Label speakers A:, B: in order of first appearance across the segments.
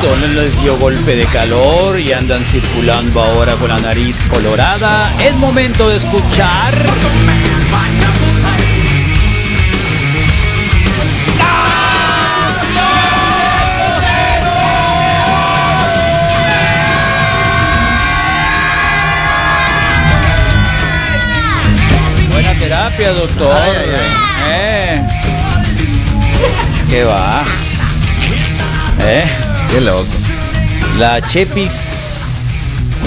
A: Donald les dio golpe de calor y andan circulando ahora con la nariz colorada. Es momento de escuchar. Buena terapia, doctor.
B: Ay, ay, ay.
A: Eh. ¿Qué va? ¿Eh?
B: Qué loco.
A: La Chepis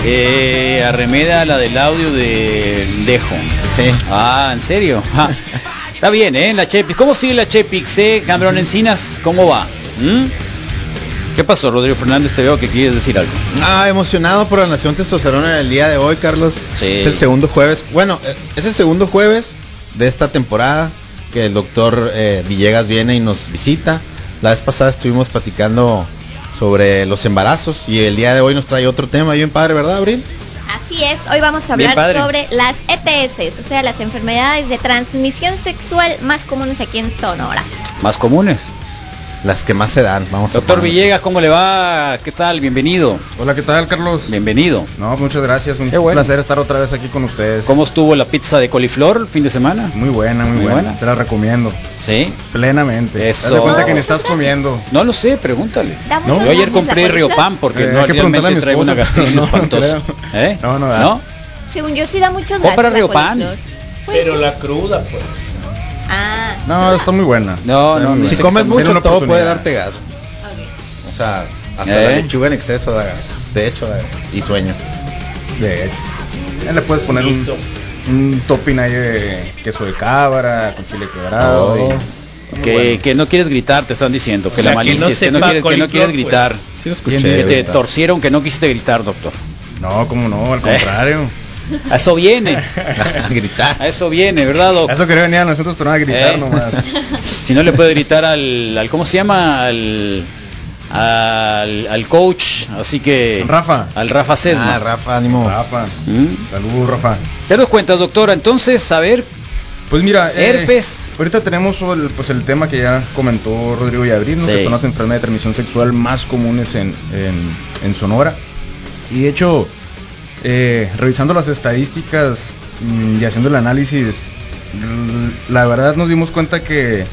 A: eh, arremeda la del audio de Dejo.
B: Sí.
A: Ah, ¿en serio? Ja. Está bien, ¿eh? La Chepix. ¿Cómo sigue la Chepix, eh? Cambrón Encinas, ¿cómo va? ¿Mm? ¿Qué pasó, Rodrigo Fernández? Te veo que quieres decir algo.
B: Ah, emocionado por la Nación Testosterona del día de hoy, Carlos.
A: Sí.
B: Es el segundo jueves. Bueno, eh, es el segundo jueves de esta temporada que el doctor eh, Villegas viene y nos visita. La vez pasada estuvimos platicando sobre los embarazos y el día de hoy nos trae otro tema bien padre, ¿verdad, Abril?
C: Así es, hoy vamos a
A: Bien
C: hablar
A: padre.
C: sobre las ETS, o sea, las enfermedades de transmisión sexual más comunes aquí en Sonora.
A: Más comunes.
B: Las que más se dan, vamos a
A: Doctor
B: ponernos.
A: Villegas, ¿cómo le va? ¿Qué tal? Bienvenido.
D: Hola, ¿qué tal, Carlos?
A: Bienvenido.
D: No, pues muchas gracias. Un
A: Qué bueno.
D: placer estar otra vez aquí con ustedes.
A: ¿Cómo estuvo la pizza de coliflor el fin de semana?
D: Muy buena, muy,
A: Muy
D: buena.
A: buena.
D: Se la recomiendo
A: Sí.
D: plenamente.
A: Eso.
D: Haz de cuenta que ni estás comiendo.
A: No lo sé, pregúntale.
C: Da
A: No,
C: muchas
A: yo ayer
C: gracias,
A: compré
C: la
A: Río
C: coliflor.
A: Pan porque
D: Eh,
A: no
D: hay que preguntarle a
A: realmente
D: mi
A: traigo una
D: esposa,
A: gastritis
D: pero no, no
A: espantosa.
D: creo.
A: ¿Eh?
D: No, no,
A: ¿No?
C: Según yo sí da muchos
A: Compra
C: datos la
A: Riopan.
C: coliflor.
E: Pero la cruda, pues.
C: Ah,
D: No, está muy buena.
A: No, no, no.
B: Si
A: Sí,
B: comes
D: Tiene una
B: mucho todo puede
D: oportunidad.
B: darte gas. O sea, hasta
A: ¿Eh?
B: la lechuga en exceso da gas. De hecho, da gas. Y sueño.
D: De hecho. Ya le puedes poner un, un topping ahí de queso de cabra, con chile quebrado.
B: Oh.
D: y-
A: Que, que no quieres gritar, te están diciendo, que
E: O sea,
A: la
E: que
A: malicia
E: no
A: es que no,
E: sepa
A: quieres, que no
E: coliflor,
A: quieres
E: pues.
A: gritar.
B: Sí lo escuché.
A: Que te
B: ahorita.
A: torcieron que no quisiste gritar, doctor.
D: No, como no, al contrario.
A: A eso viene,
B: A gritar.
A: a eso viene, ¿verdad,
D: A
A: doctor?
D: Eso quería venir a nosotros tornar a gritar
A: Eh.
D: nomás.
A: Si no le puede gritar al, al- ¿cómo se llama? Al, al, al coach, así que...
D: Rafa.
A: Al Rafa Sesma.
B: Ah, Rafa, ánimo.
D: Rafa.
A: ¿Mm?
D: Salud, Rafa.
A: Ya nos cuentas, doctora, entonces, a ver,
D: Pues mira,
A: Herpes.
D: ahorita tenemos el, pues el tema que ya comentó Rodrigo y Abril, ¿no?
A: Sí.
D: que son las enfermedades de transmisión sexual más comunes en, en- en Sonora. Y de hecho, eh, revisando las estadísticas mm, y haciendo el análisis, l- la verdad nos dimos cuenta que,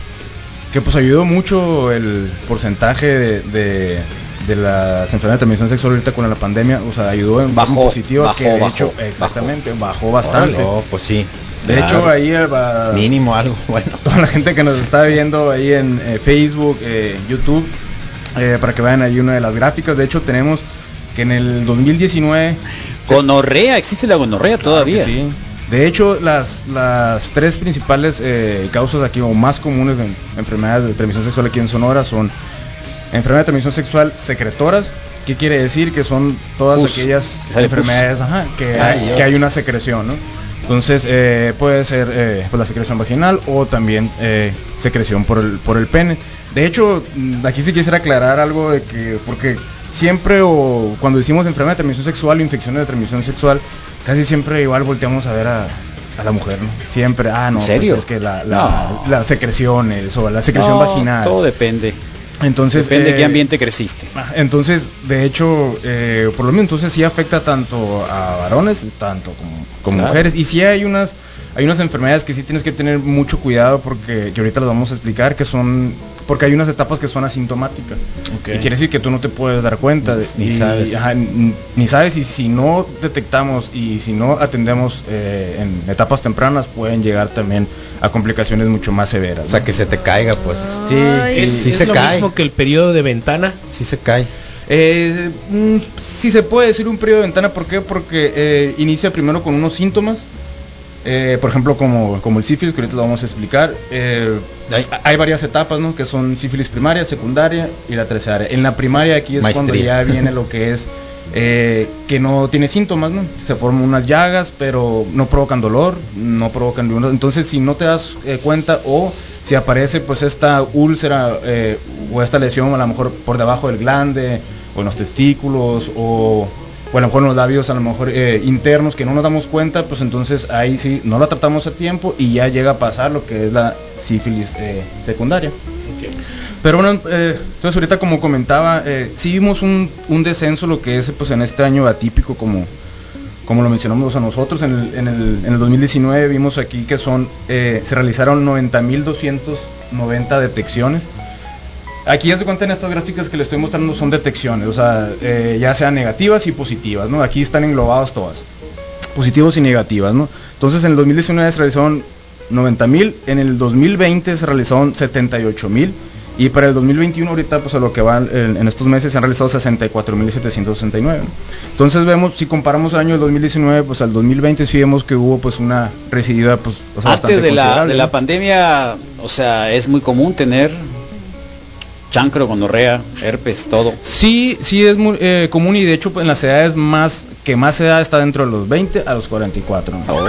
D: que pues ayudó mucho el porcentaje de, de- de las enfermedades de transmisión sexual ahorita con la pandemia, o sea, ayudó en
A: Bajó,
D: positivo, que de
A: bajó,
D: hecho,
A: bajó,
D: exactamente, bajó bastante.
B: Órale. Oh, pues sí.
D: De
A: Claro.
D: hecho, ahí eh, va-
B: Mínimo algo bueno.
D: toda la gente que nos está viendo ahí en eh, Facebook, eh, YouTube, eh, para que vean ahí una de las gráficas. De hecho, tenemos que en el 2019
A: gonorrea, existe la gonorrea todavía.
D: Claro que sí. De hecho, las, las tres principales eh, causas aquí o más comunes de enfermedades de transmisión sexual aquí en Sonora son enfermedad de transmisión sexual secretoras. ¿Qué quiere decir? Que son todas
A: Pus.
D: aquellas
A: Que sale pus.
D: enfermedades ajá, que,
B: Ay,
D: hay,
B: Dios.
D: que hay una secreción, ¿no? Entonces eh, puede ser eh, por la secreción vaginal o también eh, secreción por el, por el pene. De hecho, mm, aquí sí quisiera aclarar algo de que, porque siempre o cuando decimos enfermedad de transmisión sexual o infecciones de transmisión sexual, casi siempre igual volteamos a ver a, a la mujer, ¿no? Siempre, ah, no,
A: ¿En
D: pues
A: serio?
D: es que la, la,
A: No.
D: las secreciones o la secreción
A: No,
D: vaginal.
A: Todo depende.
D: Entonces,
A: Depende de
D: eh,
A: qué ambiente creciste.
D: Ah, Entonces, de hecho, eh, por lo menos entonces sí afecta tanto a varones, tanto como, como
A: Claro.
D: mujeres. Y sí hay unas, hay unas enfermedades que sí tienes que tener mucho cuidado porque que ahorita las vamos a explicar, que son, porque hay unas etapas que son asintomáticas. Y quiere decir que tú no te puedes dar cuenta. de-
B: Ni
D: y-
B: sabes.
D: ajá, n- ni sabes. Y si no detectamos y si no atendemos eh, en etapas tempranas, pueden llegar también a complicaciones mucho más severas.
B: O
D: ¿no?
B: sea, que se te caiga, pues.
D: Sí,
C: Ay.
B: Sí,
E: Es,
B: sí
E: es
B: se
E: lo
B: cae.
E: mismo que el periodo de ventana.
B: Sí se cae.
D: Eh, mm, si se puede decir un periodo de ventana, ¿por qué? Porque eh, inicia primero con unos síntomas, eh, por ejemplo como, como el sífilis, que ahorita lo vamos a explicar. eh,
B: Ay.
D: ha- hay varias etapas, ¿no? Que son sífilis primaria, secundaria y la terciaria. En la primaria aquí es cuando
B: Maestría.
D: ya viene lo que es eh, que no tiene síntomas, ¿no? Se forman unas llagas, pero no provocan dolor, no provocan ningún... Entonces, si no te das eh, cuenta o si aparece pues esta úlcera eh, o esta lesión a lo mejor por debajo del glande o en los testículos o, o a lo mejor en los labios a lo mejor eh, internos que no nos damos cuenta, pues entonces ahí sí no la tratamos a tiempo y ya llega a pasar lo que es la sífilis eh, secundaria. Pero bueno, eh, entonces ahorita como comentaba, eh, sí vimos un, un descenso lo que es pues en este año atípico como, como lo mencionamos a nosotros, en el, en el, en el 2019 vimos aquí que son, eh, se realizaron 90.290 detecciones. Aquí ya se cuenta en estas gráficas que le estoy mostrando son detecciones, o sea, eh, ya sean negativas y positivas, ¿no? Aquí están englobadas todas, positivos y negativas, ¿no? Entonces en el 2019 se realizaron 90.000, en el 2020 se realizaron 78.000 y para el 2021 ahorita pues a lo que van en, en estos meses se han realizado 64.769. ¿no? Entonces vemos, si comparamos el año del 2019 pues al 2020 sí vemos que hubo pues una recidida pues o sea, bastante
A: Antes de la,
D: considerable,
A: de la
D: ¿no?
A: pandemia, o sea, es muy común tener chancro, gonorrea, herpes, todo.
D: Sí, sí es muy eh, común y de hecho pues, en las edades más que más edad está dentro de los 20 a los 44. ¿no?
B: Oh,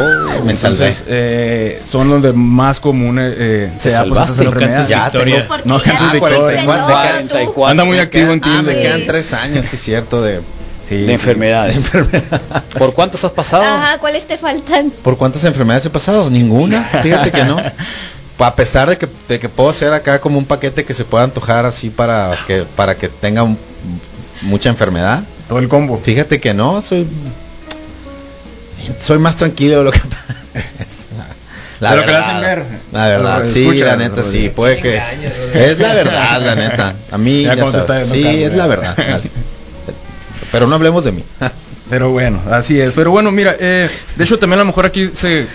B: me
D: Entonces
B: salvé.
D: eh, son donde más común eh, eh, se
A: Te
D: da pues, estas
A: salvaste, no
D: enfermedades.
B: Ya tengo
C: Porque
D: No,
C: ya
D: Jesús
C: te
B: Victoria.
C: entrenó, tú.
A: 44.
D: Anda muy
B: Me
D: activo en
B: quedan- ah,
D: Tinder.
B: me quedan tres años, sí es cierto, de
D: Sí,
A: De
D: sí.
A: enfermedades. ¿Por cuántas has pasado?
C: Ajá, ¿cuáles te faltan?
B: ¿Por cuántas enfermedades he pasado? Ninguna. Fíjate que no. A pesar de que, de que puedo hacer acá como un paquete que se pueda antojar así para que, para que tenga un- mucha enfermedad.
D: Todo el combo.
B: Fíjate que no, soy, soy más tranquilo de lo que la
D: De lo que le hacen ver.
B: La verdad,
D: Lo-
B: sí,
D: escucha,
B: la neta, sí,
D: Rodrigo.
B: puede que...
E: Engañas, Rodrigo.
B: Es la verdad, la neta. A mí,
D: Ya
B: ya
D: como te
B: sabes.
D: está
B: sí,
D: desnotando,
B: es
D: ya.
B: la verdad. dale. Pero no hablemos de mí.
D: Pero bueno, así es. Pero bueno, mira, eh, de hecho también a lo mejor aquí se,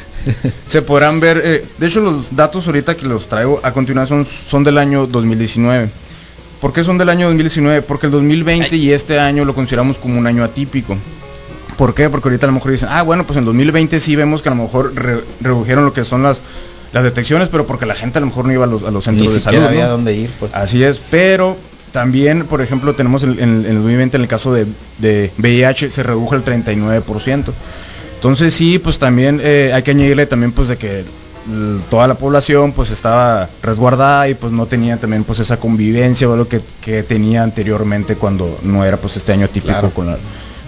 D: se podrán ver, eh, de hecho los datos ahorita que los traigo a continuación son del año 2019. ¿Por qué son del año 2019? Porque el 2020 y este año lo consideramos como un año atípico. ¿Por qué? Porque ahorita a lo mejor dicen, ah, bueno, pues en 2020 sí vemos que a lo mejor re- redujeron lo que son las, las detecciones, pero porque la gente a lo mejor no iba a los, a los centros
B: Ni
D: de
B: siquiera
D: salud.
B: había
D: ¿no?
B: dónde ir, pues.
D: Así es, pero también, por ejemplo, tenemos en, en- en el 2020 en el caso de, de VIH se redujo el 39%. Entonces sí, pues también eh, hay que añadirle también pues de que l- toda la población pues estaba resguardada y pues no tenía también pues esa convivencia o lo que, que tenía anteriormente cuando no era pues este año típico
B: Claro.
D: con, la,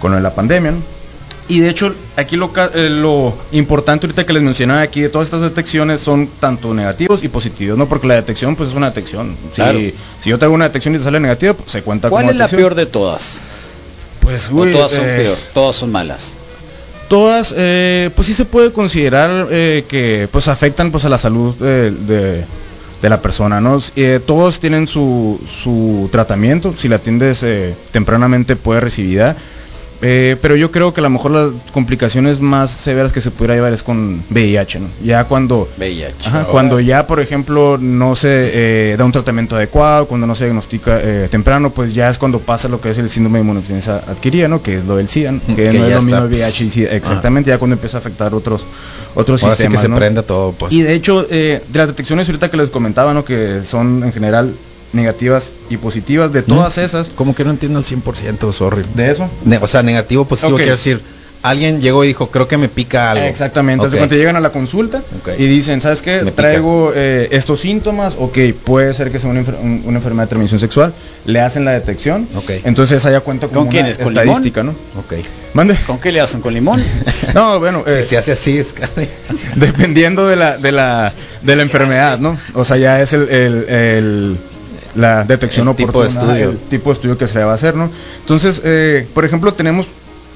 D: con lo de la pandemia. ¿no? Y de hecho, aquí lo, ca- eh, lo importante ahorita que les mencionaba aquí de todas estas detecciones son tanto negativos y positivos, ¿no? Porque la detección pues es una detección. Si,
A: Claro.
D: si yo te hago una detección y te sale negativa, pues, se cuenta
A: ¿Cuál
D: como
A: es la
D: detección.
A: peor de todas?
D: Pues
A: O
D: uy,
A: todas son
D: eh,
A: peor, todas son malas.
D: Todas, eh, pues sí se puede considerar eh, que pues afectan pues a la salud eh, de, de la persona, ¿no? Eh, todos tienen su, su tratamiento, si la atiendes eh, tempranamente puede recibirla, eh, pero yo creo que a lo mejor las complicaciones más severas que se pudiera llevar es con VIH, ¿no? Ya cuando
A: VIH.
D: Ajá, cuando ya, por ejemplo, no se eh, da un tratamiento adecuado, cuando no se diagnostica eh, temprano, pues ya es cuando pasa lo que es el síndrome de inmunodeficiencia adquirida, ¿no? Que es lo del SIDA, ¿no? que,
B: Mm, Que
D: no es
B: ya
D: lo mismo
B: está. pues.
D: el VIH y SIDA. Exactamente, ya cuando empieza a afectar otros, otros
B: Ahora sí que
D: sistemas,
B: se
D: ¿no?
B: prenda todo, pues.
D: Y de hecho, eh, de las detecciones ahorita que les comentaba, ¿no? Que son en general negativas y positivas,
B: ¿Mm?
D: de todas
B: No,
D: esas,
B: Como que no entiendo al 100%, sorry.
D: de eso.
B: Ne- o sea, negativo, positivo,
D: Ok.
B: quiero decir, alguien llegó y dijo, creo que me pica algo.
D: Exactamente.
B: Ok.
D: Entonces, cuando llegan a la consulta
B: Ok.
D: y dicen, ¿sabes qué?
B: Me pica.
D: Traigo eh, estos síntomas, ok, puede ser que sea una, enfer- un- una enfermedad de transmisión sexual, le hacen la detección,
B: Ok.
D: entonces esa ya cuenta como
A: ¿Con
D: una
A: quiénes? ¿Con
D: estadística, ¿no?
B: Ok.
D: Mande.
A: ¿Con qué le hacen? ¿Con limón?
D: No, bueno, eh,
B: si se hace así, es casi.
D: dependiendo de la, de la, de la enfermedad, ¿no? O sea, ya es el, el- el- la detección
B: El tipo de estudio.
D: el tipo de estudio que se le va a hacer, ¿no? Entonces, eh, por ejemplo, tenemos,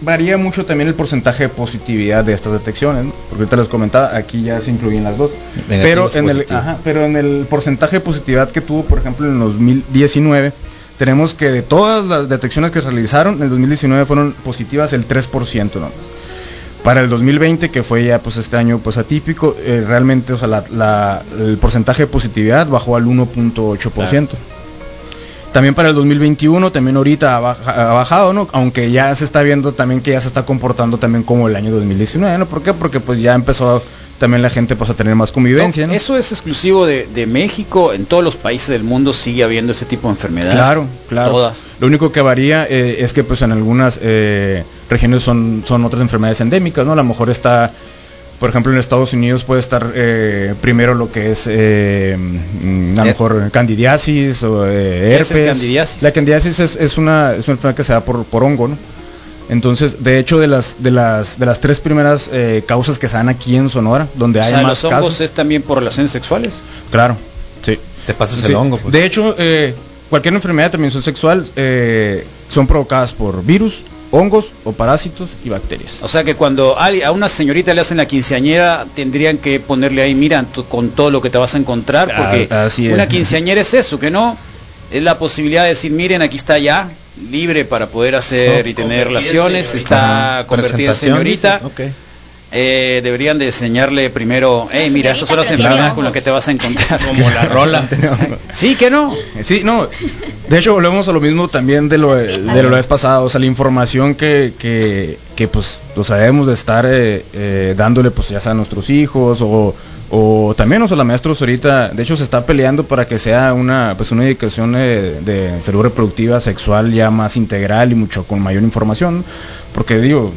D: varía mucho también el porcentaje de positividad de estas detecciones, ¿no? porque ahorita les comentaba, aquí ya se incluyen las dos. Pero
B: Negativos y
D: en, el,
B: positivos.
D: ajá, pero en el porcentaje de positividad que tuvo, por ejemplo, en 2019, tenemos que de todas las detecciones que se realizaron, en el 2019 fueron positivas el 3% nomás. Para el 2020, que fue ya pues este año pues atípico, eh, realmente o sea, la- la- el porcentaje de positividad bajó al 1.8%. También para el 2021, también ahorita ha, baja- ha bajado, ¿no? Aunque ya se está viendo también que ya se está comportando también como el año 2019, ¿no? ¿Por qué? Porque pues ya empezó también la gente pues a tener más convivencia, ¿no?
A: Eso es exclusivo de, de México. En todos los países del mundo sigue habiendo ese tipo de enfermedades.
D: Claro, claro.
A: Todas.
D: Lo único que varía eh, es que pues en algunas eh, regiones son, son otras enfermedades endémicas, ¿no? A lo mejor está, por ejemplo, en Estados Unidos puede estar eh, primero lo que es, eh, mm, a lo
B: Eh.
D: mejor, candidiasis o eh,
A: ¿Qué
D: herpes.
A: es el candidiasis?
D: La candidiasis es, es una, es una enfermedad que se da por, por hongo, ¿no? Entonces, de hecho, de las, de las, de las tres primeras eh, causas que se dan aquí en Sonora, donde
A: O
D: hay
A: sea,
D: más
A: los hongos
D: casos,
A: es también por relaciones sexuales.
D: claro, sí.
B: Te pasas
D: Sí.
B: el hongo, pues.
D: De hecho, eh, cualquier enfermedad de transmisión sexual eh, son provocadas por virus, hongos o parásitos y bacterias.
A: O sea que cuando al- a una señorita le hacen la quinceañera, tendrían que ponerle ahí, mira, tú- con todo lo que te vas a encontrar,
D: Ah,
A: porque
D: así es.
A: una quinceañera es eso, que no es la posibilidad de decir, miren, aquí está ya, libre para poder hacer
B: No,
A: y tener
E: convertida en
A: relaciones,
E: señorita.
A: está
B: Ajá,
A: convertida en
B: presentación,
A: señorita.
B: dices, ok.
A: Eh, deberían de enseñarle primero, hey, mira, estas son las
C: Señorita, pero
A: enfermedades
C: tiene
A: con las que
C: ojos".
A: te vas a encontrar.
E: Como la rola.
A: sí, que no.
D: Sí, no. De hecho, volvemos a lo mismo también de lo de, de lo la vez pasada. O sea, la información que, que, que, pues, lo sabemos de estar eh, eh, dándole, pues, ya sea a nuestros hijos o, o también, o sea, la maestros ahorita, de hecho, se está peleando para que sea una, pues, una educación eh, de salud reproductiva, sexual, ya más integral y mucho con mayor información. Porque, digo,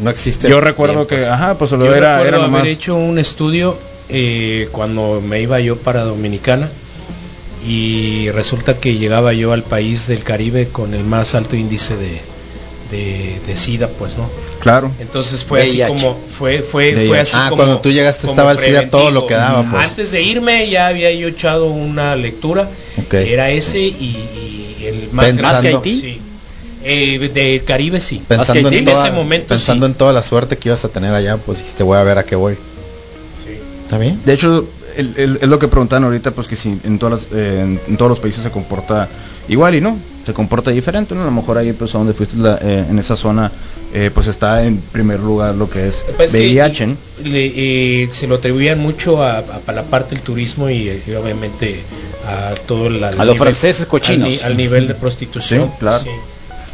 B: No existe.
D: yo recuerdo
B: tiempos.
D: que, ajá, pues, lo
E: Yo
D: era,
E: recuerdo
D: era
E: haber
D: nomás.
E: hecho un estudio eh, cuando me iba yo para Dominicana y resulta que llegaba yo al país del Caribe con el más alto índice de, de, de SIDA, pues, ¿no?
D: Claro.
E: Entonces fue
A: VIH.
E: así como fue fue, fue
D: VIH.
E: así
B: Ah,
E: como-
B: cuando tú llegaste
E: como
B: estaba el SIDA todo lo que daba,
E: preventivo.
B: pues.
E: Antes de irme ya había yo echado una lectura.
B: Ok.
E: Era ese y, y el más
B: Pensando-
E: grande.
B: ¿Más que
A: Haití?
E: Sí. Eh, del Caribe sí.
B: Pensando,
A: que
B: en
E: en
B: toda,
E: ese momento,
B: pensando
E: sí.
B: en toda la suerte que ibas a tener allá, pues dijiste, voy a ver a qué voy.
E: Sí.
B: ¿Está bien?
D: De hecho, el- el- es lo que preguntan ahorita, pues que si en, todas las, eh, en, en todos los países se comporta igual y no, se comporta diferente, ¿no? A lo mejor ahí, pues, a donde fuiste, la- eh, en esa zona, eh, pues está en primer lugar lo que es
E: Pues que
D: VIH, ¿no?
E: le- eh, se lo atribuían mucho a, a- a la parte del turismo y, eh, y obviamente a todo la, al
A: los franceses cochinos.
E: al ni- Al, nivel de prostitución.
D: Sí, claro.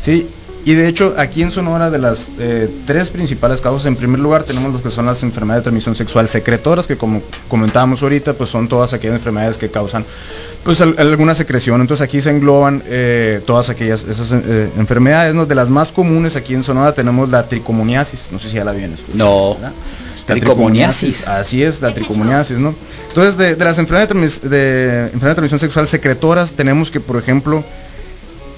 D: Sí, y de hecho aquí en Sonora de las eh, tres principales causas, en primer lugar tenemos los que son las enfermedades de transmisión sexual secretoras, que como comentábamos ahorita, pues son todas aquellas enfermedades que causan pues al- alguna secreción. Entonces aquí se engloban eh, todas aquellas esas eh, enfermedades, ¿no? De las más comunes aquí en Sonora tenemos la tricomoniasis, no sé si ya la habían escuchado.
A: No.
D: ¿verdad? La
A: Tricomoniasis.
D: Así es, la tricomoniasis, ¿no? Entonces, de, de las enfermedades de, transmis- de enfermedades de transmisión sexual secretoras, tenemos que, por ejemplo,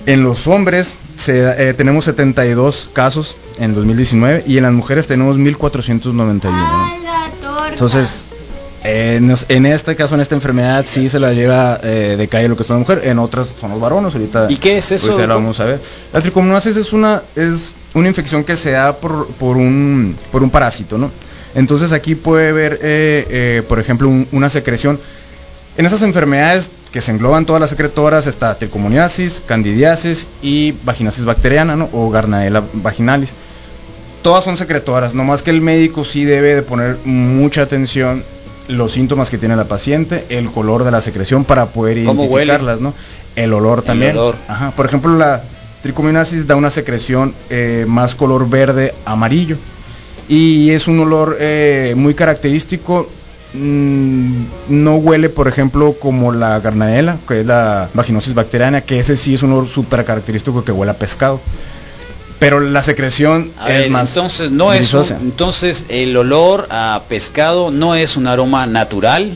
D: en los hombres se da- eh, tenemos 72 casos en 2019 y en las mujeres tenemos 1491. ¿no?
C: Ah, la torta.
D: Entonces, eh, nos- en este caso, en esta enfermedad, sí se la lleva eh, de calle lo que es una mujer, en otras son los varones, ahorita.
A: ¿Y qué es eso,
D: Ahorita lo
A: doctor?
D: vamos a ver. La tricomoniasis es una, es una infección que se da por, por, un, por un parásito, ¿no? Entonces aquí puede haber, eh, eh, por ejemplo, un- una secreción. En esas enfermedades que se engloban todas las secretoras está tricomoniasis, candidiasis y vaginasis bacteriana, ¿no? O garnaela vaginalis todas son secretoras, nomás que el médico sí debe de poner mucha atención los síntomas que tiene la paciente, el color de la secreción para poder
A: ¿Cómo huele?
D: identificarlas, ¿no? El olor también.
A: olor.
D: Ajá. Por ejemplo, la tricomoniasis da una secreción eh, más color verde amarillo y es un olor eh, muy característico. Mm, no huele, por ejemplo, como la garnaela, que es la vaginosis bacteriana, que ese sí es un olor súper característico que huele a pescado. Pero la secreción
A: A
D: es
A: ver,
D: más.
A: entonces no es un-
D: grisosa.
A: entonces el olor a pescado no es un aroma natural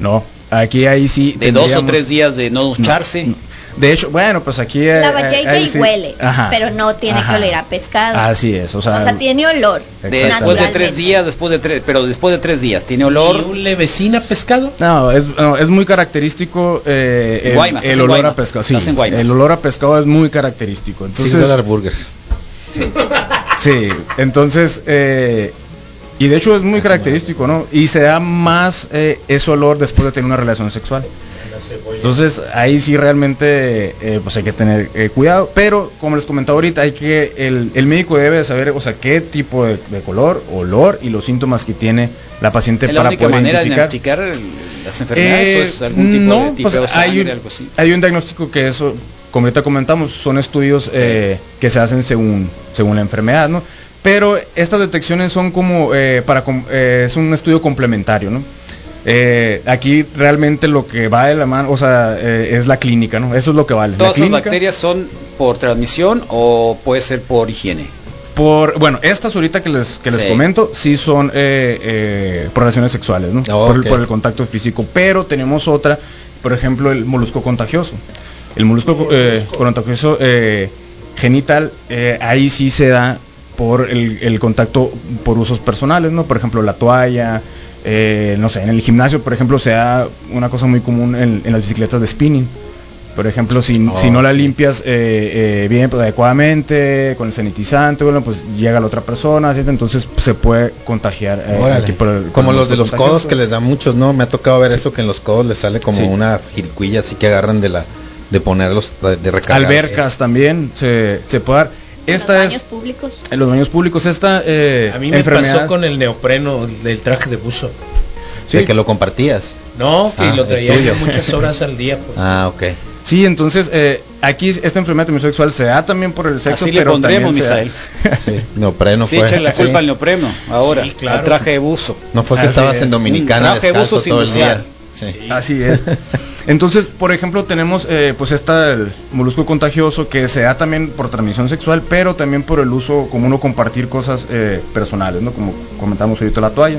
D: No, aquí ahí sí.
A: de dos o
D: tendríamos-
A: tres días de no
D: No,
A: ducharse.
D: no. De hecho, bueno, pues aquí. eh,
C: la
D: eh,
C: vajayjay
D: ahí sí-
C: huele,
D: Ajá.
C: pero no tiene
D: Ajá. Ah,
C: que oler a pescado.
D: Así es, o sea.
C: o sea, tiene olor.
A: De-
B: Exactamente.
A: después de tres
C: naturalmente.
A: días, después de tres, pero después de tres días tiene
E: Olor.
A: olor.
E: un levecina pescado.
D: No, es, no, es muy característico eh, el,
A: Guaymas,
D: el
A: estás en
D: olor
A: Guaymas,
D: a pescado. sí,
A: estás en Guaymas.
D: el olor a pescado es muy característico. Entonces,
B: Entonces, dólar burger.
D: Sí, entonces, eh, y de hecho es muy característico, ¿no? Y se da más eh, ese olor después de tener una relación sexual. Entonces, ahí sí realmente, eh, pues hay que tener eh, cuidado, pero como les comentaba ahorita, hay que, el, el médico debe de saber, o sea, qué tipo de, de color, olor y los síntomas que tiene la paciente
A: Es la
D: para
A: única
D: poder
A: manera de
D: identificar.
A: diagnosticar el- las enfermedades o
D: Eh,
A: es algún tipo
D: no,
A: de
D: pues,
A: tipeo de
D: hay,
A: sangre,
D: un,
A: algo así.
D: hay un diagnóstico que eso, como ahorita comentamos, son estudios eh, que se hacen según, según la enfermedad, ¿no? Pero estas detecciones son como eh, para com- eh, es un estudio complementario, ¿no? Eh, aquí realmente lo que va de la mano, o sea, eh, es la clínica, ¿no? Eso es lo que vale.
A: Todas
D: la
A: las
D: clínica,
A: bacterias son por transmisión o puede ser por higiene.
D: por, bueno, estas ahorita que les, que les
A: Sí.
D: comento, sí son eh, eh, por relaciones sexuales, ¿no?
B: Oh,
D: por, el-
B: ok.
D: por el contacto físico. Pero tenemos otra, por ejemplo, el molusco contagioso. El molusco eh, contagioso eh, genital, eh, ahí sí se da por el, el contacto por usos personales, ¿no? Por ejemplo, la toalla, eh, no sé, en el gimnasio, por ejemplo, sea una cosa muy común en, en las bicicletas de spinning. Por ejemplo, si,
B: Oh,
D: si no la
B: sí.
D: limpias eh, eh, bien pues, adecuadamente, con el sanitizante, bueno, pues llega la otra persona, ¿sí? entonces pues, se puede contagiar. eh,
B: Órale.
D: aquí por el- por
B: como
D: el
B: los de los
D: contagioso.
B: codos que les da muchos, ¿no? Me ha tocado ver eso que en los codos les sale como
D: pues. Sí.
B: una jircuilla así que agarran de la de ponerlos de, de recargar.
D: Albercas también se, se puede dar. Esta
C: los
D: es...
C: baños públicos.
D: En los baños públicos, esta eh,
E: A mí me
D: enfermedad-
E: pasó con el neopreno del traje de buzo.
B: Sí. De
D: Sí.
B: que lo compartías.
E: No, que
B: Ah,
E: lo
B: el
E: traía yo
B: tuyo.
E: muchas horas al día. Pues.
B: Ah, ok.
D: Sí, entonces eh, aquí esta enfermedad transmisión sexual se da también por el sexo,
A: Así le
D: pero
A: pondremos,
D: también se da-
A: Misael.
B: Sí. No, pero no
A: sí,
B: fue.
A: echen la
B: sí.
A: culpa al neopreno ahora,
E: Sí, claro.
A: al traje de buzo.
B: No fue que
D: Así
B: estabas
D: es.
B: en
A: Un
B: Dominicana
A: traje
B: descalzo
A: buzo sin
B: todo el
A: usar.
B: día. Sí.
D: Así es. Entonces, por ejemplo, tenemos eh, pues esta el molusco contagioso que se da también por transmisión sexual, pero también por el uso como uno compartir cosas eh, personales, ¿no? Como comentamos ahorita la toalla.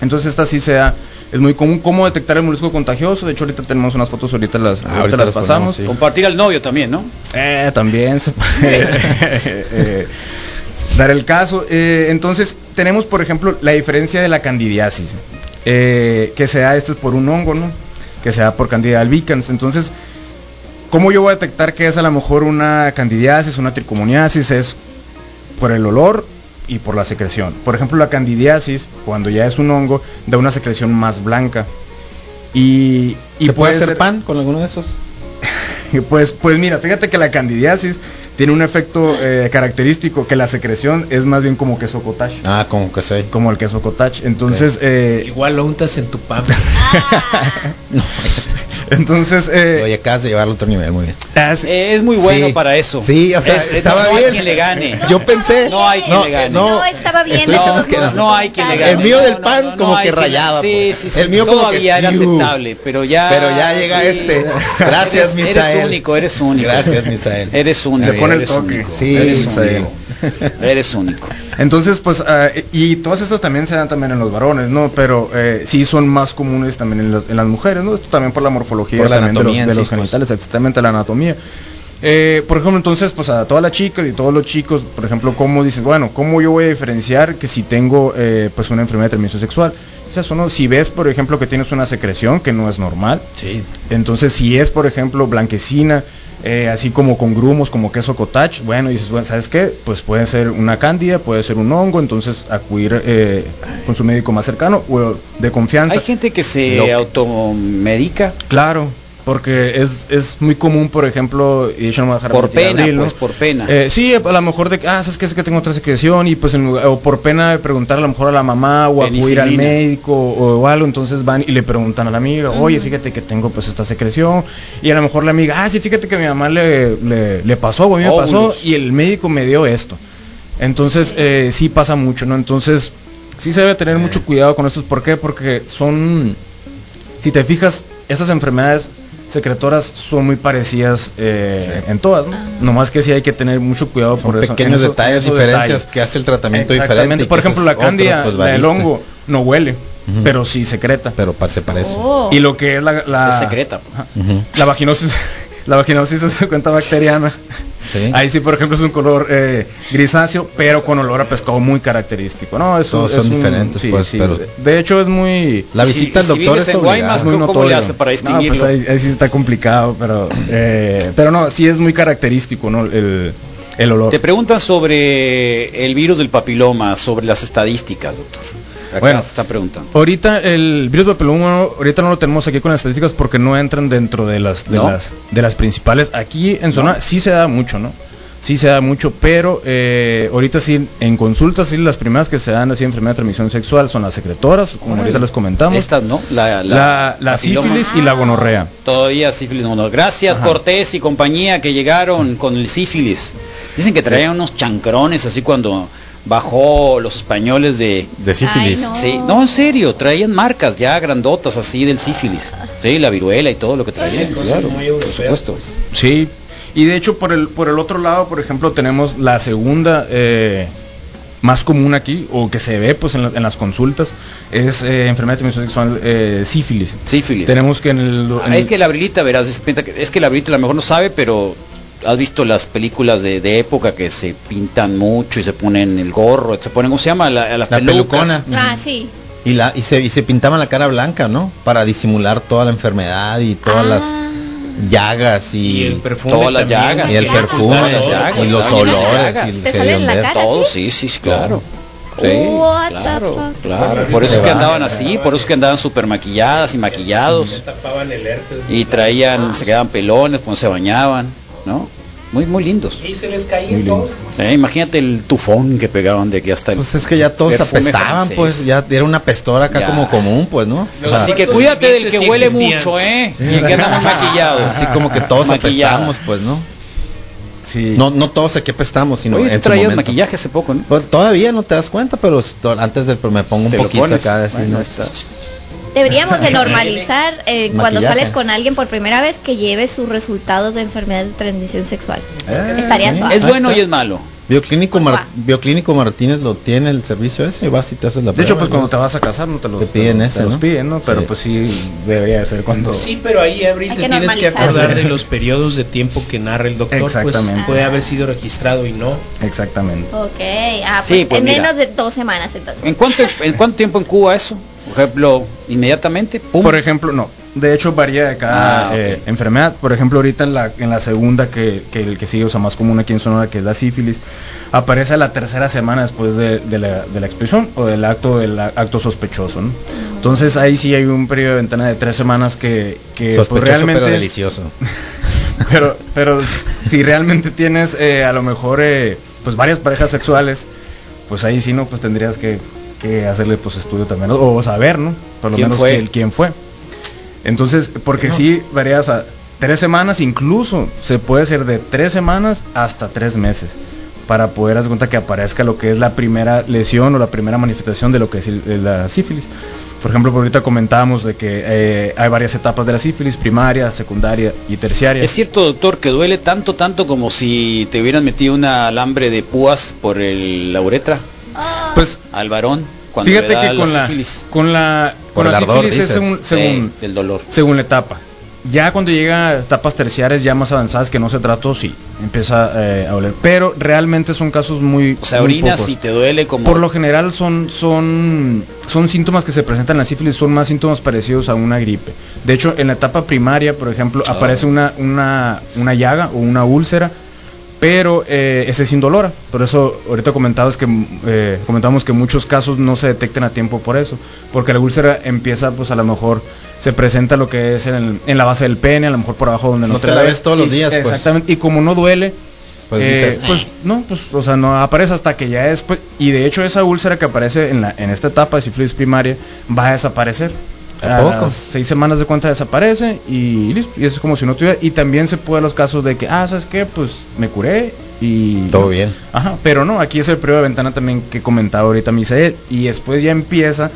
D: Entonces esta sí se da, es muy común cómo detectar el molusco contagioso. De hecho ahorita tenemos unas fotos, ahorita las,
B: Ah,
D: ahorita
B: ahorita
D: las
B: las ponemos,
D: pasamos.
B: sí.
A: Compartir al novio también, ¿no?
D: Eh, también se puede eh, dar el caso. Eh, entonces, tenemos, por ejemplo, la diferencia de la candidiasis, eh, que se da esto es por un hongo, ¿no? Que se da por candida albicans. Entonces, ¿cómo yo voy a detectar que es a lo mejor una candidiasis, una tricomoniasis? Es por el olor y por la secreción. Por ejemplo, la candidiasis, cuando ya es un hongo, da una secreción más blanca. Y, y
B: ¿Se puede hacer
D: ser-
B: pan con alguno de esos?
D: pues, pues mira, fíjate que la candidiasis tiene un efecto eh, característico, que la secreción es más bien como queso cottage.
B: Ah, como que soy.
D: Como el queso cottage. Entonces, eh,
E: Igual lo untas en tu pan.
D: entonces eh,
B: Oye, acabas de llevarlo a otro nivel, muy bien.
D: as-
A: Eh, es muy bueno
B: Sí.
A: para eso.
B: Sí, o sea,
A: Es- es-
B: estaba
A: no
B: bien.
A: hay quien le gane.
B: Yo pensé.
A: No hay quien le gane.
C: No, estaba bien,
B: Estoy
A: no,
B: diciendo
C: no,
B: que no.
A: no hay quien le gane.
B: El mío
A: No,
B: del
A: no,
B: pan
A: no, no
B: como
A: hay
B: que
A: quien le-
B: rayaba.
A: sí,
B: pues.
A: sí, sí.
B: El mío como que
A: todavía era
B: ¡Iu!
A: aceptable, pero ya
B: Pero ya llega este. Gracias,
A: eres,
B: Misael.
A: Eres único, eres único.
B: Gracias, Misael.
A: Eres único.
B: Le pone el
A: eres
D: toque.
A: único,
B: Sí,
A: eres
B: Misael.
A: único. Eres único.
D: Entonces, pues, ah, y todas estas también se dan también en los varones, ¿no? Pero eh, sí son más comunes también en, las- en las mujeres, ¿no? Esto también por la morfología
B: Por la
D: también de los-
B: anatomía en
D: de los,
B: sí, pues.
D: genitales, exactamente la anatomía. Eh, por ejemplo, entonces, pues a todas las chicas y todos los chicos, por ejemplo, ¿cómo dices, bueno, cómo yo voy a diferenciar que si tengo, eh, pues, una enfermedad de transmisión sexual? O sea, son- si ves, por ejemplo, que tienes una secreción que no es normal,
B: Sí.
D: entonces, si es, por ejemplo, blanquecina, eh, así como con grumos, como queso cottage, bueno, dices, bueno, ¿sabes qué? Pues puede ser una cándida, puede ser un hongo, entonces acudir eh, con su médico más cercano o de confianza.
A: Hay gente que se
B: Lo que-
A: automedica
D: Claro, porque es, es muy común, por ejemplo, y yo no me voy a dejar
A: por
D: mentir,
A: pena,
D: Abril, ¿no?
A: pues por pena.
D: Eh, sí, a lo mejor de que, ah, sabes que es que tengo otra secreción y pues en lugar- o por pena de preguntar a lo mejor a la mamá o acudir al
A: Penicilina.
D: médico o, o algo, entonces van y le preguntan a la amiga, oye, fíjate que tengo pues esta secreción y a lo mejor la amiga, ah, sí, fíjate que a mi mamá le, le, le pasó o a mí me pasó
A: Óvulos.
D: y el médico me dio esto. Entonces, eh, sí pasa mucho, ¿no? Entonces, sí se debe tener mucho cuidado con estos, ¿por qué? Porque son, si te fijas, estas enfermedades secretoras son muy parecidas eh,
B: Sí.
D: en todas,
A: Ah.
D: ¿no? Nomás que sí hay que tener mucho cuidado
B: Son
D: por eso, en
B: pequeños
D: eso- en
B: detalles,
D: esos
B: diferencias
D: detalles.
B: que hace el tratamiento diferente.
D: Exactamente.
B: y
D: Por
B: que
D: ejemplo,
B: esos
D: la
B: otros,
D: cándida,
B: pues,
D: la del
B: valiste.
D: hongo, no huele,
B: Ujú.
D: pero sí secreta.
B: Pero pa- se parece.
C: Oh.
D: Y lo que es la, la-
A: Es secreta.
D: Ah.
A: pues.
D: Ajá.
B: Ujú.
D: La vaginosis, la vaginosis es cuenta bacteriana.
B: Sí.
D: Ahí sí, por ejemplo, es un color eh, grisáceo, pero con olor a pescado muy característico. No, es un-
B: Todos
D: es
B: son
D: un-
B: diferentes,
D: sí,
B: pues,
D: sí.
B: pero-
D: De hecho, es muy
B: La visita al
A: si
B: doctor
A: vives
B: es
A: en
B: obligada.
A: Guaymas, ¿Cómo- cómo le hace para
D: No,
A: distinguirlo?
D: pues ahí, ahí sí está complicado, pero eh, pero no, sí es muy característico, ¿no? El, el olor.
A: Te preguntan sobre el virus del papiloma, sobre las estadísticas, doctor. Acá
D: Bueno.
A: se está preguntando.
D: Ahorita el virus papiloma ahorita no lo tenemos aquí con las estadísticas porque no entran dentro de las de
A: ¿No?
D: las de las principales. Aquí en zona sí se da mucho, ¿no? Sí se da mucho, pero eh, ahorita sí en consultas sí las primeras que se dan así enfermedad de transmisión sexual son las secretoras, como ahorita les comentamos,
A: Estas, ¿no? La, la-
D: la, la
A: papiloma. Ah.
D: sífilis y la gonorrea.
A: Todavía sífilis no, no. Gracias
D: Ajá.
A: Cortés y compañía que llegaron con el sífilis. Dicen que traían unos chancrones así cuando bajó los españoles de...
B: De sífilis.
C: Ay, no.
A: Sí, no, en serio, traían marcas ya grandotas así del sífilis. Sí, la viruela y todo lo que traían.
E: cosas
A: claro,
E: muy europeas,
A: por supuesto.
E: pues.
D: Sí, y de hecho por el, por el otro lado, por ejemplo, tenemos la segunda eh, más común aquí, o que se ve pues en, la- en las consultas, es eh, enfermedad de transmisión sexual eh, sífilis.
A: Sífilis.
D: Tenemos que en el...
A: Ah,
D: en-
A: es que la brilita, verás, es pinta que- es que la brilita a lo mejor no sabe, pero has visto las películas de, de época que se pintan mucho y se ponen el gorro, se ponen, ¿cómo se llama? La, a las
B: La
A: pelucas.
B: pelucona.
C: Ah, sí.
B: Y, la, y, se, y se pintaban la cara blanca, ¿no? Para disimular toda la enfermedad y todas las
C: Ah.
B: llagas y,
E: Y el perfume
F: Todas las
E: también.
F: llagas.
B: y el
C: Sí,
B: perfume
E: ocultar todo,
B: y
E: ocultar
B: los
E: todas las
B: olores
F: llagas.
B: y el
C: Te sale en la
B: hediondez.
C: cara.
F: Todo, sí, sí, sí, claro. Sí,
C: What the
F: claro,
C: fuck?
F: claro. Por eso es
B: Se
F: que
B: va,
F: andaban
E: se
F: así,
E: va.
F: por eso es que andaban súper maquilladas y
E: Me
F: maquillados.
E: tapaban el herpes.
F: Y traían, se quedaban pelones, pues se bañaban, ¿no? Muy, muy lindos.
E: Y se les caía todo.
F: Eh, imagínate el tufón que pegaban de aquí hasta el...
B: Pues es que ya todos
F: Perfume
B: apestaban,
F: francés.
B: pues ya era una pestora acá
F: Ya.
B: como común, pues, ¿no? O sea,
F: Así que cuídate del que huele mucho, ¿eh? Y el que anda muy maquillado.
B: Así como que todos
F: Maquillada.
B: apestamos, pues, ¿no?
D: Sí.
B: No, no todos aquí apestamos, sino
F: Oye, tú
B: en su
F: traías
B: momento.
F: maquillaje hace poco, ¿no?
B: Pues, todavía no te das cuenta, pero esto- antes del me pongo un
F: Te lo
B: poquito
F: pones.
B: acá. así,
F: Bueno,
B: ¿no?
F: está.
C: Deberíamos de normalizar eh, cuando
B: Maquillaje.
C: sales con alguien por primera vez que lleve sus resultados de enfermedad de transmisión sexual.
D: Eh,
C: Estaría
B: Ah, sí.
C: suave.
F: Es bueno
B: está.
F: y es malo.
B: Bioclínico,
C: Por
B: Mar-
C: fa.
B: Bioclínico Martínez lo tiene el servicio ese y vas y te haces la
D: De hecho,
B: prueba,
D: pues
B: ¿no?
D: cuando te vas a casar no te lo
B: Te piden
D: te
B: ese,
D: los
B: ¿no?
D: piden, ¿no? Pero
B: Sí.
D: pues sí debería de ser cuando
E: Sí, pero ahí, Abril,
C: Hay
E: te
C: que
E: tienes que
C: normalizar.
E: acordar de los periodos de tiempo que narra el doctor.
D: Exactamente.
E: Pues puede haber sido registrado y no.
D: exactamente.
C: Ok, ah, pues,
F: Sí, pues
C: en
F: mira.
C: menos de dos semanas entonces.
F: ¿En cuánto, ¿En cuánto tiempo en Cuba eso? Por ejemplo, inmediatamente, pum.
D: Por ejemplo, no. De hecho varía de
F: Ah,
D: cada
F: ok.
D: eh, enfermedad. Por ejemplo, ahorita en la, en la segunda que, que el que sigue, o sea, más común aquí en Sonora, que es la sífilis, aparece a la tercera semana después de, de la, de la expresión o del acto del a- acto sospechoso. ¿no? Entonces ahí sí hay un periodo de ventana de tres semanas que, que pues,
B: Sospechoso,
D: realmente
B: pero
D: es-
B: delicioso.
D: pero pero si realmente tienes eh, a lo mejor eh, pues varias parejas sexuales pues ahí sí no pues tendrías que, que hacerle pues estudio también ¿no? o saber no por lo
F: ¿Quién
D: menos
F: fue?
D: que el- quién fue entonces porque sí varías a tres semanas incluso se puede ser de tres semanas hasta tres meses para poder hacer cuenta que aparezca lo que es la primera lesión o la primera manifestación de lo que es el- el- la sífilis. Por ejemplo, por ahorita comentábamos de que eh, hay varias etapas de la sífilis, primaria, secundaria y terciaria.
F: ¿Es cierto, doctor, que duele tanto, tanto como si te hubieran metido un alambre de púas por el, la uretra
C: Ah,
D: Pues
F: al varón cuando le
D: fíjate
F: da
D: que con la,
F: sífilis?
D: con la
B: Por
D: con la
B: el ardor,
D: sífilis es
B: dices.
D: según, según,
F: Sí, del dolor.
D: según la etapa. Ya cuando llega a etapas terciarias ya más avanzadas que no se trató, sí, empieza eh, a oler. Pero realmente son casos muy...
F: O sea,
D: muy
F: orinas
D: pocos.
F: y te duele como...
D: Por lo general son, son, son síntomas que se presentan en la sífilis, son más síntomas parecidos a una gripe. De hecho, en la etapa primaria, por ejemplo,
F: Ah.
D: aparece una, una, una llaga o una úlcera, pero eh, ese es indolora. Por eso ahorita comentabas que eh, comentamos que muchos casos no se detectan a tiempo por eso. Porque la úlcera empieza, pues a lo mejor se presenta lo que es en, el- en la base del pene, a lo mejor por abajo donde no,
B: No te la ves todos los
D: Y-
B: días, pues.
D: Exactamente. Y como no duele,
B: Pues
D: eh,
B: dices,
D: pues no, pues, o sea, no aparece hasta que ya después. Y de hecho, esa úlcera que aparece en, la, en esta etapa de sífilis primaria va a desaparecer.
B: ¿A
D: A
B: poco?
D: las seis semanas de cuenta desaparece y listo. Y eso es como si no tuviera. Y también se puede los casos de que, ah, ¿sabes qué? Pues me curé y.
B: Todo bien.
D: Ajá, pero no, aquí es el periodo de ventana también que comentaba ahorita Misael. Y después ya empieza.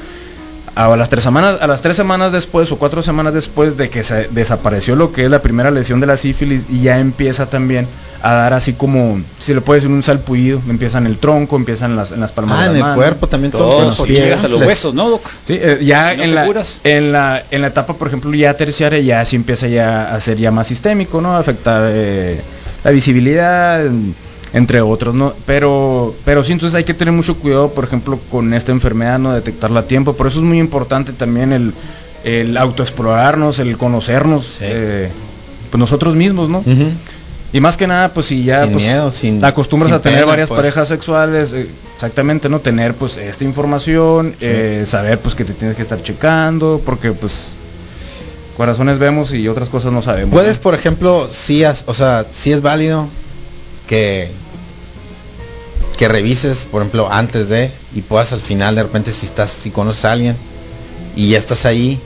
D: A las tres semanas, a las tres semanas después o cuatro semanas después de que se desapareció lo que es la primera lesión de la sífilis y ya empieza también a dar así como, si le puede decir un salpullido, empieza en el tronco, empieza en las, en las palmas
B: Ah,
D: de
B: en
D: las
B: el
D: manos.
B: cuerpo también todo.
F: todo,
B: con los
F: si
B: pies.
F: llegas a los
B: Les-
F: huesos, ¿no, doc?
D: Sí, eh, ya
F: Si no te
D: en, la,
F: curas.
D: en, la, en la etapa, por ejemplo, ya terciaria, ya sí empieza ya a ser ya más sistémico, ¿no? A afectar eh, la visibilidad, en- entre otros, ¿no? Pero, pero sí, entonces hay que tener mucho cuidado, por ejemplo, con esta enfermedad, ¿no? Detectarla a tiempo. Por eso es muy importante también el, el autoexplorarnos, el conocernos,
B: Sí.
D: eh, pues nosotros mismos, ¿no?
B: Ujú.
D: Y más que nada, pues si ya
B: Sin
D: pues,
B: miedo, sin-
D: te acostumbras
B: sin
D: a tener
B: pena,
D: varias
B: pues.
D: parejas sexuales, eh, exactamente, ¿no? Tener pues esta información, eh, saber pues que te tienes que estar checando, porque pues corazones vemos y otras cosas no sabemos.
B: Puedes,
D: ¿no?
B: por ejemplo, si as- o sea, si es válido que que revises, por ejemplo, antes de y puedas al final de repente si estás si conoces a alguien y ya estás ahí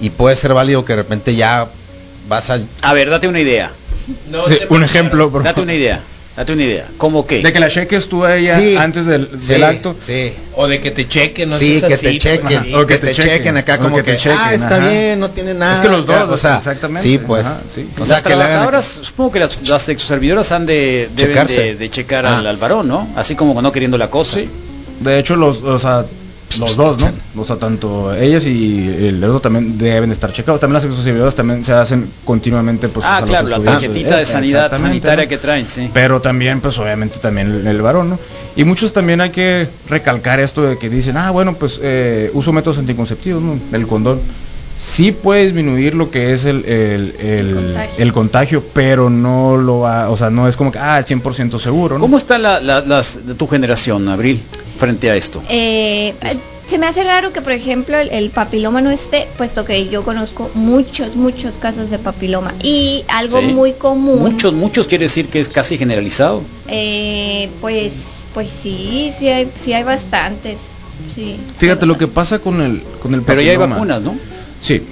B: y puede ser válido que de repente ya vas a
F: A ver, date una idea.
E: No
D: Sí,
E: se
D: un
E: prepara.
D: ejemplo, por
F: Date
D: favor.
F: una idea. Date una idea. ¿Cómo qué?
D: De que la cheques tú a ella
B: Sí,
D: antes del,
B: sí,
D: del acto.
B: Sí.
E: O de que te chequen, no
B: sí,
E: seas
B: que
E: así,
B: te chequen,
E: pues,
D: sí.
B: o que, te chequen, acá
D: o
B: como que,
D: que te
B: ah,
D: chequen,
B: está
D: ajá.
B: bien, no tiene nada.
D: Es que los
B: acá",
D: dos,
B: o sea,
D: exactamente,
B: Sí, pues.
D: ajá, sí.
B: O
F: Las
B: sea, que le hagan
F: trabajadoras, supongo que las, las servidoras han de, deben
B: Checarse.
F: de, de checar
B: Ah.
F: al, al varón, ¿no? Así como no queriendo la cosa.
D: Sí. De hecho, los, o sea, los dos, ¿no? O sea, tanto ellas y el otro también deben estar checados. También las exoservidoras también se hacen continuamente pues o
F: Ah,
D: sea,
F: claro,
D: los
F: la
D: estudios
F: tarjetita de sanidad
D: exactamente,
F: sanitaria
D: ¿no?
F: que traen, sí.
D: Pero también, pues obviamente también el, el varón, ¿no? Y muchos también hay que recalcar esto de que dicen, ah, bueno, pues eh, uso métodos anticonceptivos, ¿no? El condón. Sí puede disminuir lo que es el, el, el-
C: contagio.
D: el contagio, pero no lo va, o sea, no es como que, ah, 100% seguro, ¿no?
F: ¿Cómo está la, la- las, de tu generación, Abril, frente a esto?
C: Eh, eh, se me hace raro que, por ejemplo, el, el papiloma no esté, puesto que yo conozco muchos, muchos casos de papiloma. Y algo
F: Sí.
C: muy común.
F: Muchos, muchos quiere decir que es casi generalizado.
C: eh, pues, pues sí, sí hay, sí hay bastantes. sí.
D: Fíjate lo que pasa con el, con el
F: Pero ya hay
D: papiloma.
F: vacunas, ¿no?
D: Sí.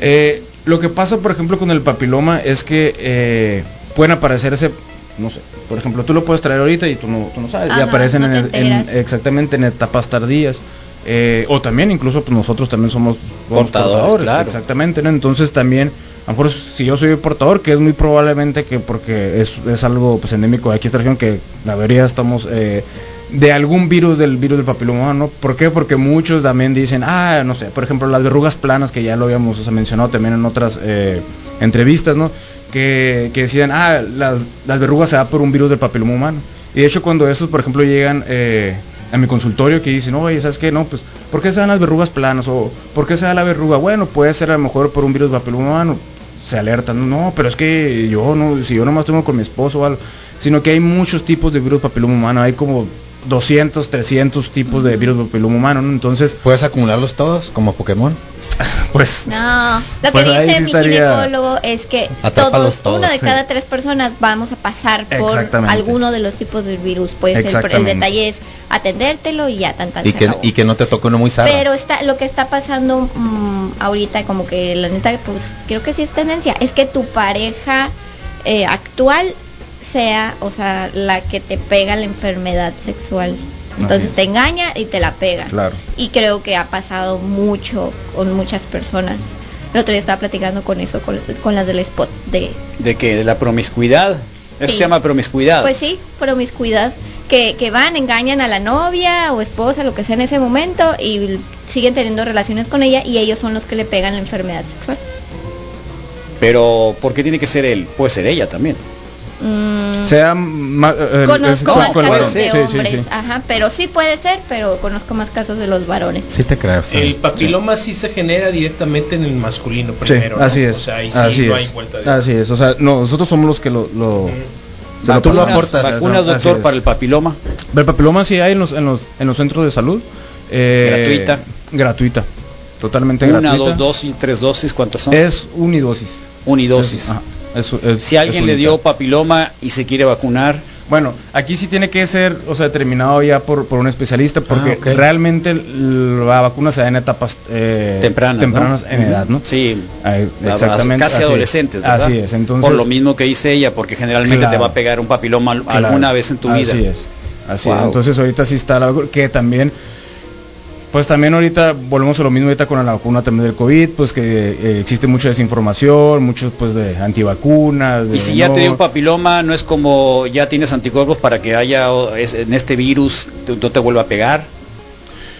D: Eh, lo que pasa, por ejemplo, con el papiloma es que eh, pueden aparecer ese, no sé, por ejemplo, tú lo puedes traer ahorita y tú no, tú no sabes, y
C: Ajá,
D: aparecen
C: no te
D: en- en- eh,
C: enteras.
D: exactamente en etapas tardías. Eh, o también incluso pues, nosotros también somos somos
F: Portadores, claro.
D: exactamente ¿no? entonces también a lo mejor si yo soy el portador que es muy probablemente que porque es, es algo pues endémico de aquí esta región que la mayoría estamos eh, de algún virus del virus del papiloma humano ¿por qué? porque muchos también dicen ah no sé por ejemplo las verrugas planas que ya lo habíamos o sea, mencionado también en otras eh, entrevistas ¿no? que, que decían ah las, las verrugas se da por un virus del papiloma humano y de hecho cuando estos por ejemplo llegan eh, a mi consultorio que dicen, oye, ¿sabes qué? No, pues, ¿por qué se dan las verrugas planas? ¿O por qué se da la verruga? Bueno, puede ser a lo mejor por un virus papiloma humano. Se alertan, no, pero es que yo no, si yo nomás tengo con mi esposo o algo, sino que hay muchos tipos de virus papiloma humano, hay como 200, 300 tipos de virus papiloma humano, ¿no? Entonces,
B: Puedes acumularlos todos como Pokémon.
D: pues,
C: No, lo que
D: Pues ahí
C: dice
D: sí
C: mi
D: estaría-
C: ginecólogo es que
B: Atrápalos
C: todos,
B: todos,
C: una de
B: sí.
C: cada tres personas vamos a pasar por
D: Exactamente.
C: alguno de los tipos de virus. Pues el, el
D: Exactamente.
C: detalle es atendértelo y ya tan tan
B: Y
C: se
B: que,
C: acabó.
B: y que no te toque uno muy sano.
C: Pero está, lo que está pasando mm, ahorita, como que la neta, pues creo que sí es tendencia, es que tu pareja eh, actual sea, o sea, la que te pega la enfermedad sexual. Entonces
D: es.
C: te engaña y te la pega.
D: Claro.
C: Y creo que ha pasado mucho con muchas personas. El otro día estaba platicando con eso, con, con las del spot de
F: ¿De que ¿De la promiscuidad? Eso se
C: Sí.
F: llama promiscuidad.
C: pues sí, promiscuidad. Que, que van, engañan a la novia o esposa, lo que sea en ese momento, y siguen teniendo relaciones con ella y ellos son los que le pegan la enfermedad sexual.
F: Pero ¿por qué tiene que ser él? Puede ser ella también.
C: Mm,
D: sea más... eh, es-
C: conozco más
D: con el varón.
C: casos de
D: Sí, sí,
C: hombres,
D: sí.
C: ajá, pero sí puede ser, pero conozco más casos de los varones.
B: Sí te creo. Sam.
E: El papiloma sí se genera directamente en el masculino
D: Sí,
E: primero. ¿no?
D: así es.
E: O sea, ahí sí
D: así
E: no
D: es.
E: hay vuelta de Mm.
D: Así es, o sea, no, nosotros somos los que lo... lo- se lo
B: Tú lo
D: pasamos.
F: Vacunas-
B: aportas.
F: Vacunas,
D: Así
F: doctor,
D: es.
F: para el papiloma.
D: El papiloma sí hay en los, en los, en los centros de salud. Eh,
F: Gratuita.
D: Gratuita. Totalmente
F: Una,
D: gratuita.
F: dos dosis, tres dosis, ¿cuántas son?
D: Es unidosis.
F: Unidosis.
D: Es- ajá, es- es-
F: Si alguien
D: es
F: le
D: única.
F: dio papiloma y se quiere vacunar,
D: Bueno, aquí sí tiene que ser, o sea, determinado ya por, por un especialista, porque
B: Ah, ok.
D: realmente l- la vacuna se da en etapas eh,
F: temprana.
D: tempranas en edad, ¿no?
F: Sí.
D: Ah,
F: Exactamente, casi
D: así es.
F: adolescentes, ¿verdad?
D: Así es, entonces.
F: Por lo mismo que dice ella, porque generalmente
D: Claro.
F: te va a pegar un papiloma al- alguna
D: Claro,
F: vez en tu vida.
D: Así es. Así es.
F: Wow.
D: Entonces ahorita sí está algo que también pues también ahorita volvemos a lo mismo ahorita con la vacuna también del COVID, pues que eh, existe mucha desinformación, muchos pues de antivacunas. de
F: Y si ya
D: Eh, no-
F: te dio papiloma, no es como ya tienes anticuerpos para que haya o- es- en este virus te- no te vuelva a pegar.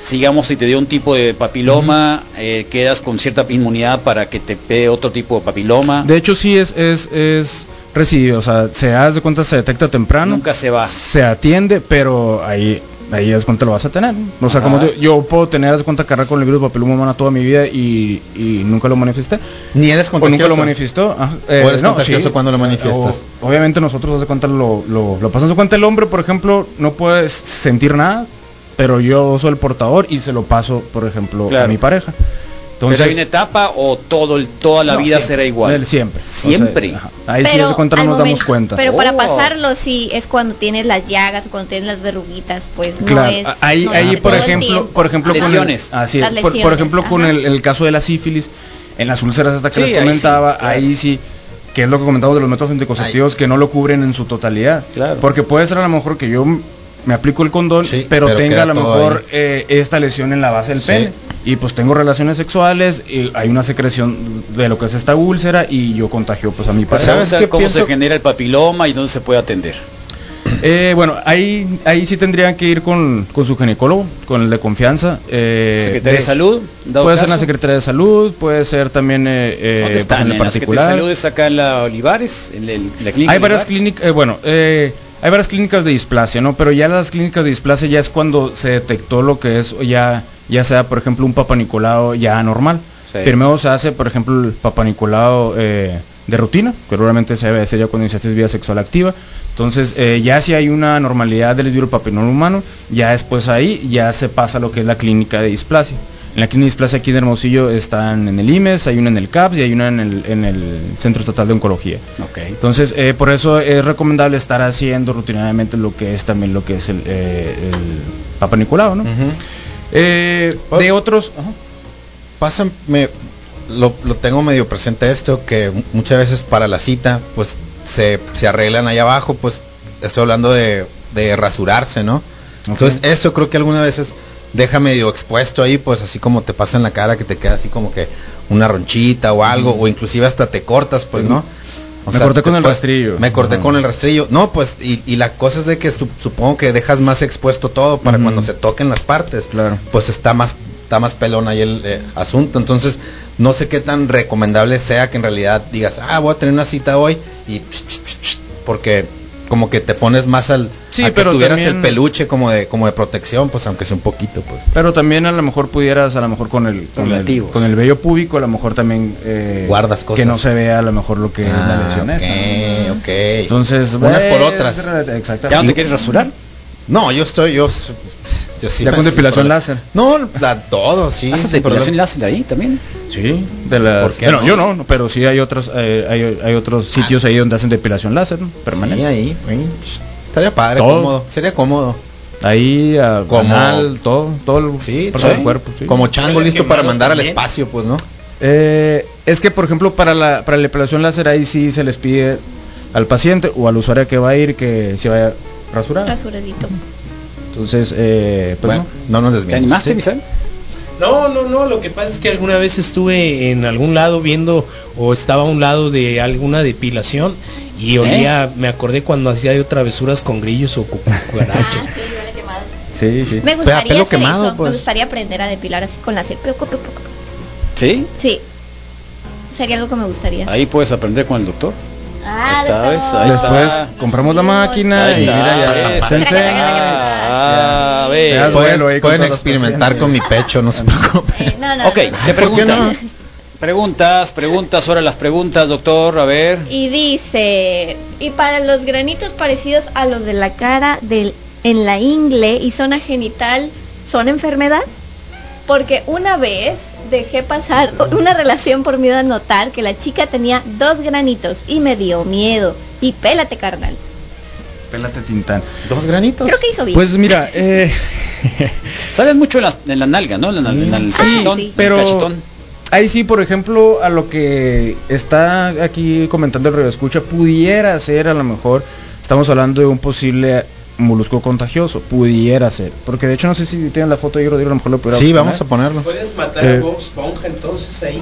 F: Sigamos, si te dio un tipo de papiloma, eh, quedas con cierta inmunidad para que te pegue otro tipo de papiloma.
D: De hecho sí es es es residuo, o sea, se hace de cuenta se detecta temprano.
F: Nunca se va.
D: se atiende, pero ahí ahí es cuenta lo vas a tener. O sea,
F: Ajá.
D: como yo, yo puedo tener de cuenta carrera con el virus papiloma humana toda mi vida y, y nunca lo manifesté.
B: Ni eres
D: O nunca
B: contagioso.
D: lo manifestó. Ah, eh, ajá,
B: O eres contagioso cuando lo manifiestas.
D: O- obviamente nosotros haz de cuenta lo, lo, lo pasamos de cuenta el hombre, por ejemplo, no puede sentir nada, pero yo soy el portador y se lo paso, por ejemplo, a
F: Claro.
D: mi pareja. Entonces,
F: ¿Pero hay una etapa o todo el, toda la
D: no,
F: vida
D: siempre,
F: será igual?
D: del siempre. O sea,
F: Siempre.
D: ajá, ahí sí haz de cuenta no
C: al
D: nos damos
C: momento-
D: cuenta.
C: Pero para
F: Oh.
C: pasarlo sí es cuando tienes las llagas o cuando tienes las verruguitas, pues no
D: Claro,
C: es.
D: a- ahí,
C: no es
D: ahí
C: de
D: por
C: todo el
D: ejemplo,
C: tiempo.
D: por ejemplo con el-
F: Lesiones.
D: así es,
C: Las
D: por- por,
C: lesiones,
D: ejemplo con
C: ajá.
D: el, el caso de la sífilis, en las úlceras hasta que
F: Sí,
D: les
F: ahí sí,
D: comentaba, ahí sí,
F: claro.
D: que es lo que comentamos de los métodos anticonceptivos que no lo cubren en su totalidad,
F: Claro.
D: porque puede ser a lo mejor que yo m- me aplico el condón,
B: Sí,
D: pero,
B: pero
D: tenga
B: queda
D: a lo
B: todo
D: mejor
B: ahí.
D: eh, esta lesión en la base del
B: Sí.
D: pene y pues tengo relaciones sexuales, y hay una secreción de lo que es esta úlcera y yo contagio pues a mi
F: Para
D: pareja.
B: ¿Sabes
F: saber
B: qué
F: cómo se
B: pienso?
F: genera el papiloma y dónde se puede atender.
D: Eh, bueno, ahí, ahí sí tendrían que ir con, con su ginecólogo, con el de confianza. eh,
F: Secretaría de, Salud. dado
D: Puede ser en la
F: caso.
D: Secretaría de Salud, puede ser también eh, eh,
F: ¿Dónde
D: pues,
F: están?
D: en
F: En
D: el
F: la Secretaría
D: particular.
F: de Salud es acá en la Olivares, en el- en la clínica.
D: hay varias
F: Olivares.
D: clínicas, bueno, eh, hay varias clínicas de displasia, ¿no? Pero ya las clínicas de displasia ya es cuando se detectó lo que es, o ya, ya sea, por ejemplo, un papanicolado ya anormal.
F: Sí.
D: Primero se hace, por ejemplo, el papanicolado eh, de rutina, que probablemente se debe hacer ya cuando iniciaste vida sexual activa. Entonces, eh, ya si hay una normalidad del papinol humano, ya después ahí ya se pasa lo que es la clínica de displasia. En la clínica de displasia aquí en Hermosillo están en el IMES, hay una en el CAPS y hay una en el, en el Centro Estatal de Oncología.
F: Ok.
D: Entonces, eh, por eso es recomendable estar haciendo rutinariamente lo que es también lo que es el, eh, el Papa Nicolau, ¿no?
B: Ujú.
D: Eh,
F: Oh.
D: de otros... ajá.
B: Pásame, lo, lo tengo medio presente esto, que mu- muchas veces para la cita, pues se, se arreglan ahí abajo, pues estoy hablando de, de rasurarse, ¿no? Entonces eso creo que algunas veces deja medio expuesto ahí, pues así como te pasa en la cara, que te queda así como que una ronchita o algo, o inclusive hasta te cortas, pues, ¿no? O
D: Me corté con
B: te
D: el
B: puedes-
D: rastrillo.
B: Me corté
D: Ajá.
B: con el rastrillo. No, pues, y, y la cosa es de que sup- supongo que dejas más expuesto todo para
D: Ujú.
B: cuando se toquen las partes
D: Claro.
B: pues está más está más pelón ahí el eh, asunto entonces no sé qué tan recomendable sea que en realidad digas ah voy a tener una cita hoy y psh, psh, psh, psh, porque como que te pones más al
D: Sí,
B: a que
D: pero
B: tuvieras
D: también-
B: el peluche como de como de protección pues aunque sea un poquito pues
D: Pero también a lo mejor pudieras, a lo mejor con el con, el,
F: Relativos.
D: con el vello púbico, a lo mejor también eh,
B: Guardas cosas. Ah,
D: que no se vea a lo mejor
F: Ah,
D: lo que es la lesión esta, ¿no?
B: ok, ok.
D: Entonces,
B: unas por
D: eh,
B: otras
D: Exactamente.
F: ¿Ya no te quieres rasurar?
B: no yo estoy yo s- yo sí
D: Ya
B: me-
D: con
B: sí,
D: depilación
B: por-
D: láser.
B: no la, todo sí
F: ¿Haces
B: sin
F: depilación
B: problema.
F: láser ahí también?
D: Sí, de las-
B: ¿Por qué
D: bueno,
B: no? Ah.
D: yo no, no, pero sí hay otros eh, hay, hay otros sitios ahí donde hacen depilación láser, ¿no?
B: Sí,
D: permanente.
B: ahí, ahí. estaría padre
D: Todo.
B: cómodo sería cómodo
D: Ahí ah,
B: Como-
D: anal, todo, todo el
B: Sí,
D: por
B: sí.
D: todo el cuerpo, sí.
B: Como chango
E: Huele
B: listo para
E: quemado
B: mandar al
E: también.
B: espacio, pues, ¿no?
D: Eh, es que, por ejemplo, para la, para la depilación láser ahí sí se les pide al paciente o al usuario que va a ir que se vaya
C: Ah,
D: rasurado.
C: Rasuradito.
D: Entonces, eh, pues
B: bueno, no, nos
F: ¿Te
B: desviamos.
F: animaste,
B: Sí.
F: Misael?
E: No, no, no, lo que pasa es que alguna vez estuve en algún lado viendo o estaba a un lado de alguna depilación y olía, me acordé cuando hacía yo travesuras con grillos o cu-
C: Ah,
E: cucarachas.
C: sí, yo le quemado.
D: no. Sí, sí.
C: Me gustaría
B: pelo
C: hacer
B: quemado,
C: eso,
B: pues.
C: me gustaría aprender a depilar así con la cel- piu, piu, piu, piu.
F: Sí.
C: Sí. Sería algo que me gustaría.
F: Ahí puedes aprender con el doctor.
C: Ah,
F: está,
C: doctor.
F: ves, ahí está.
D: Después compramos la máquina
F: Ahí
D: y
F: está,
D: mira ya,
F: ves.
D: sensei.
F: Ah, ves.
D: Ya. Pues,
B: Puedes-
D: Bueno, ahí con
B: pueden
D: todos los
B: experimentar con mi pecho, no se preocupen.
C: Eh, no, no,
F: Ok,
C: no.
F: te
B: ¿Por qué
F: preguntan. Preguntas, preguntas, ahora las preguntas, doctor, a ver.
C: Y dice, y para los granitos parecidos a los de la cara del, en la ingle y zona genital, ¿son enfermedad? Porque una vez dejé pasar una relación por miedo a notar que la chica tenía dos granitos y me dio miedo. Y pélate, carnal.
D: Pélate Tintán.
B: Dos granitos.
C: Creo que hizo bien.
D: Pues mira, eh,
F: Salen mucho en la, en la nalga, ¿no? En la, en la- en el
C: Sí,
F: cachetón,
C: sí.
F: el
D: pero
F: cachetón.
D: ahí sí, por ejemplo, a lo que está aquí comentando el radioescucha, pudiera ser a lo mejor, estamos hablando de un posible molusco contagioso, pudiera ser, porque de hecho no sé si tienen la foto ahí, Rodrigo, a lo mejor lo pudiera
B: Sí,
D: poner.
B: vamos a ponerlo.
E: Puedes matar
D: Eh.
E: a Bob Esponja entonces ahí.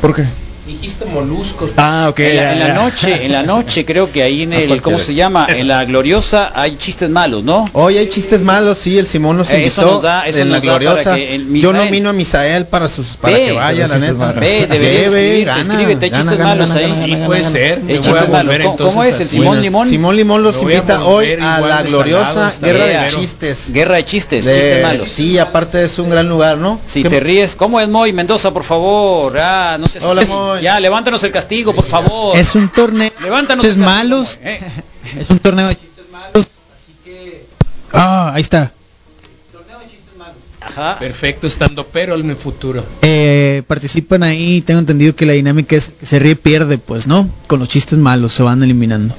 D: ¿Por qué?
E: Dijiste moluscos.
D: Ah, ok.
F: en, la,
D: ya,
F: en la
D: ya.
F: noche, en la noche creo que ahí en el, ¿cómo se llama? En la gloriosa hay chistes malos, ¿no?
B: Hoy hay chistes malos, sí, el Simón nos
F: Eh, eso
B: invitó
F: nos da- eso
B: en la
F: nos da para
B: gloriosa.
F: que el
B: Yo
F: Misael-
B: nomino a Misael para sus para
F: Ve,
B: que vaya, la
F: pero
B: neta.
F: Ve, deberías
B: Ve,
F: escribirte,
B: gana,
F: escríbete, hay
B: gana,
F: chistes
B: gana,
F: malos
B: gana,
F: ahí.
B: gana,
E: Sí,
B: gana,
E: puede
B: gana.
E: ser.
F: Eh,
E: Me voy
F: chistes
E: a
F: malos.
E: volver
F: ¿Cómo-
E: entonces
F: cómo es el
E: así.
F: Simón
B: Buenas.
F: Limón?
B: Simón Limón los
E: Me voy a
B: invita
E: volver
B: hoy a
E: igual
B: la
E: de
B: gloriosa
E: salado,
B: guerra de
F: Vea.
B: chistes.
F: Guerra de chistes,
B: De-
F: chistes malos.
B: Sí, aparte es un gran lugar, ¿no?
F: Si
B: ¿Qué-
F: te ríes, ¿cómo es Moy Mendoza, por favor? Ah, no seas
B: Hola,
F: así.
B: Moy.
F: Ya, levántanos el castigo, por favor.
G: Es un torneo de
F: Levántanos
G: chistes
F: el castigo,
G: malos.
F: Moy, eh.
G: Es un torneo de chistes malos. Ah, ahí está.
F: Ajá.
E: Perfecto, estando pero en el futuro.
G: Eh, participan ahí. Tengo entendido que la dinámica es que se ríe pierde, pues, ¿no? Con los chistes malos se van eliminando.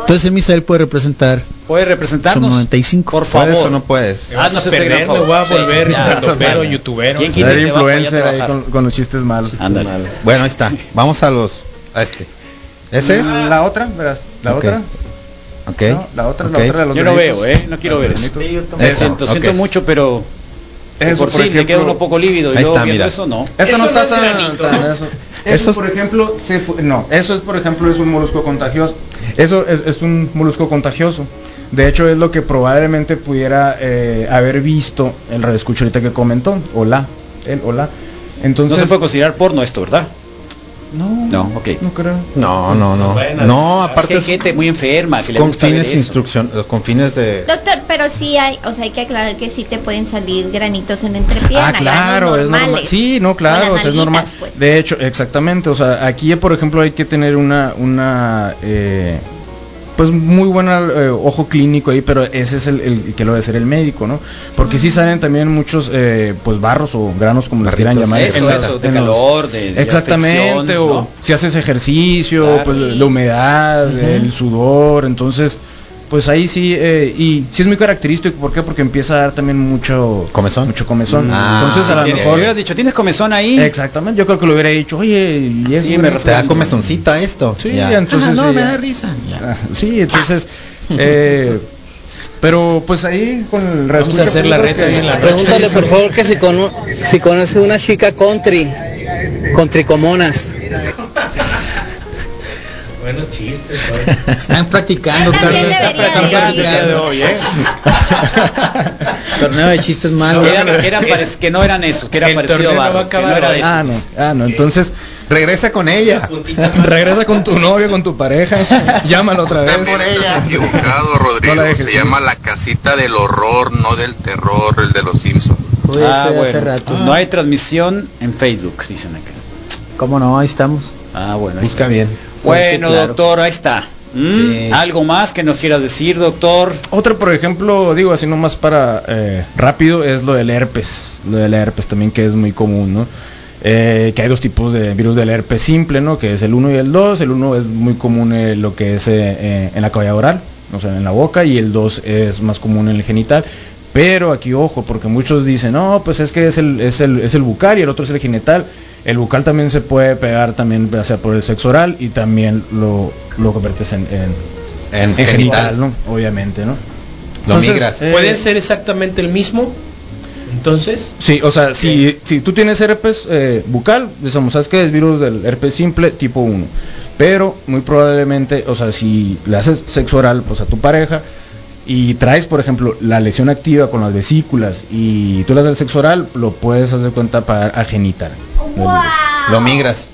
G: Entonces el Misael puede representar.
F: ¿Puedes representarnos?
G: Son 95.
F: Por
B: ¿Puedes
F: favor.
B: o no puedes?
F: Ah, no sé,
E: Perder,
F: gran
E: me
F: favor.
E: voy a
F: Sí,
E: volver
F: ya.
E: estando pero, youtubero.
F: ¿Quién quita
D: Ser
F: y te va para allá
D: influencer ahí
F: a
D: con,
F: trabajar?
D: con los chistes malos.
F: Ándale.
B: Bueno, ahí está. Vamos a los a este. ¿Ese es?
D: Ah. La otra, verás, la
B: Ok.
D: otra.
B: Ok.
D: No, la otra,
B: ok.
D: la otra de los
F: Yo no
D: granitos.
F: veo, eh, no quiero
D: Los
F: ver eso.
D: granitos.
F: Lo
B: Eso,
F: siento,
B: ok.
F: siento mucho, pero
D: Eso,
F: por, sí te
D: ejemplo,
F: queda uno poco lívido. Y
B: Ahí
F: luego
B: está,
F: viendo
B: mira.
F: eso no.
D: Esto
E: Eso
D: no
E: no
D: está
E: es
D: tan,
E: granito,
D: tan
E: ¿no?
D: eso.
B: Eso
D: Eso,
B: es-
D: por ejemplo, se fu- no, eso es por ejemplo es un molusco contagioso. Eso es, es un molusco contagioso. De hecho, es lo que probablemente pudiera eh, haber visto el radioescucho ahorita que comentó. Hola, el hola.
A: No
D: Entonces,
A: se puede considerar porno esto, ¿verdad?
D: no,
A: No, ok.
D: no creo.
B: No, no, no.
E: Bueno,
B: No,
A: Es que
B: aparte
A: hay
B: es
A: gente muy enferma que le
B: con
A: gusta ver
B: fines
A: eso.
B: instrucción, eh, con fines de
C: Doctor, pero sí hay, o sea, hay que aclarar que sí te pueden salir granitos en la entrepierna.
D: Ah, claro,
C: granos
D: es normal.
C: normales,
D: Sí, no,
C: con
D: claro, o
C: las
D: sea, es normal.
C: nalguitas, pues.
D: De hecho, exactamente, o sea, aquí, por ejemplo, hay que tener una, una, eh, pues muy buen ojo clínico ahí, pero ese es el, el que lo debe ser el médico, ¿no? Porque
C: Mm.
D: sí salen también muchos, eh, pues barros o granos, como los quieran
B: Barritos,
D: llamar.
A: Eso,
D: en los-
A: eso, de
D: en los-
A: calor, de, de
D: Exactamente,
A: afecciones,
D: o
A: ¿no?
D: si haces ejercicio,
A: Claro.
D: pues la humedad, el sudor, entonces, pues ahí sí, eh, y sí es muy característico, ¿por qué? Porque empieza a dar también mucho
B: Comezón.
D: Mucho comezón.
B: Ah,
D: entonces a lo
A: Tiene-
D: mejor...
A: hubieras dicho, ¿tienes comezón ahí?
D: Exactamente, yo creo que lo hubiera dicho, oye, y es
A: Sí,
D: bueno".
A: me
B: te da comezoncita esto.
D: Sí,
B: ya.
D: entonces,
B: Ah, no,
D: sí,
B: me
D: ya.
B: da risa. Ya.
D: Ah, Sí, entonces, eh, pero pues ahí con el
E: Vamos a hacer la reta ahí en la
G: Pregúntale por favor que si, cono- si conoce una chica country, con tricomonas.
E: Buenos chistes,
H: Están practicando,
C: También
H: Carlos.
C: debería
H: Están
C: de ir.
H: practicando.
E: ¿eh?
H: Torneo de chistes malos.
A: Que, eran- que eran parec- que no eran esos, que era
E: El
A: parecido
E: torneo
A: a
E: no va
A: barro,
E: a
A: que
E: acabar
A: no era
E: hoy.
A: de esos.
D: Ah, no, ah, no, entonces
B: Regresa con ella.
D: regresa con tu novio, con tu pareja, llámalo otra vez.
I: Estás equivocado, Rodrigo.
D: No la dejes
I: se
D: ir.
I: llama la casita del horror, no del terror, el de los Simpsons.
H: Uy, ese
A: Ah,
H: de hace
A: bueno.
H: rato.
A: No hay transmisión en Facebook, dicen acá.
H: ¿Cómo no? Ahí estamos.
A: Ah, bueno. ahí
B: Busca
A: está.
B: bien.
A: Bueno,
H: Fuerte, claro.
A: doctor, ahí está. ¿Mm?
H: Sí.
A: ¿Algo más que nos quieras decir, doctor?
D: Otra, por ejemplo, digo así nomás para eh, rápido, es lo del herpes. Lo del herpes también que es muy común, ¿no? Eh, que hay dos tipos de virus del herpes simple, ¿no? Que es el 1 y el 2. El 1 es muy común eh, lo que es eh, eh, en la cavidad oral, o sea, en la boca, y el 2 es más común en el genital. Pero aquí ojo, porque muchos dicen, no, pues es que es el, es el, es el bucal y el otro es el genital. El bucal también se puede pegar también, ya sea por el sexo oral y también lo, lo conviertes en, en,
B: En
D: en
B: genital.
D: ¿no? Obviamente, ¿no?
B: Lo
D: Entonces,
B: migras.
D: eh,
E: ¿Puede ser exactamente el mismo? Entonces,
D: Sí, o sea, si, si tú tienes herpes eh, bucal, decimos, ¿sabes qué? Es virus del herpes simple tipo 1. Pero muy probablemente, o sea, si le haces sexo oral pues, a tu pareja y traes, por ejemplo, la lesión activa con las vesículas y tú le haces el sexo oral, lo puedes hacer cuenta para a genital.
C: ¡Guau!
B: Lo migras.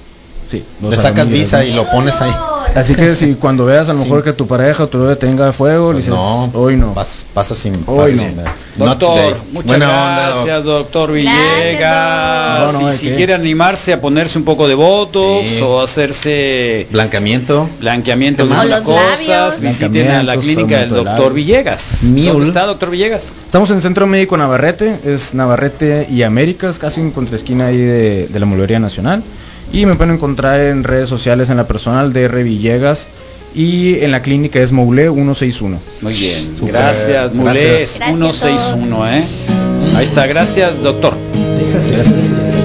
D: Sí, o
B: Le
D: sea,
B: sacas
D: mira,
B: visa
D: ¿no?
B: y lo pones ahí.
D: Así que si cuando veas a lo mejor que tu pareja o tu novia tenga fuego,
B: Pues
D: le dices,
B: no,
D: hoy no.
B: Pasa, pasa sin.
D: Hoy
B: pasa
D: no.
B: sin- Not
A: Doctor,
B: today.
A: muchas
B: Buena onda,
A: gracias,
B: doc.
A: doctor Villegas.
D: Gracias, doc. No, no,
A: Y
D: ¿de
A: si
D: qué?
A: quiere animarse a ponerse un poco de votos
B: Sí.
A: o hacerse
B: Blanqueamiento.
A: blanqueamiento
B: ¿Qué
A: de
B: más?
A: algunas
C: O los
A: cosas,
C: labios.
A: visiten a la
D: Blanqueamientos,
A: clínica del
D: aumento de
A: doctor
D: labios.
A: Villegas.
B: Mule.
A: ¿Dónde está, doctor Villegas?
D: Estamos en el Centro Médico Navarrete, es Navarrete y Américas, casi en contraesquina ahí de, de la Mueblería Nacional. Y me pueden encontrar en redes sociales en la personal de R. Villegas y en la clínica es Moule 161.
A: Muy bien,
B: Súper.
A: gracias, Mulés
B: Gracias.
C: Gracias,
A: 161, ¿eh? Ahí está, gracias, doctor.
D: Gracias.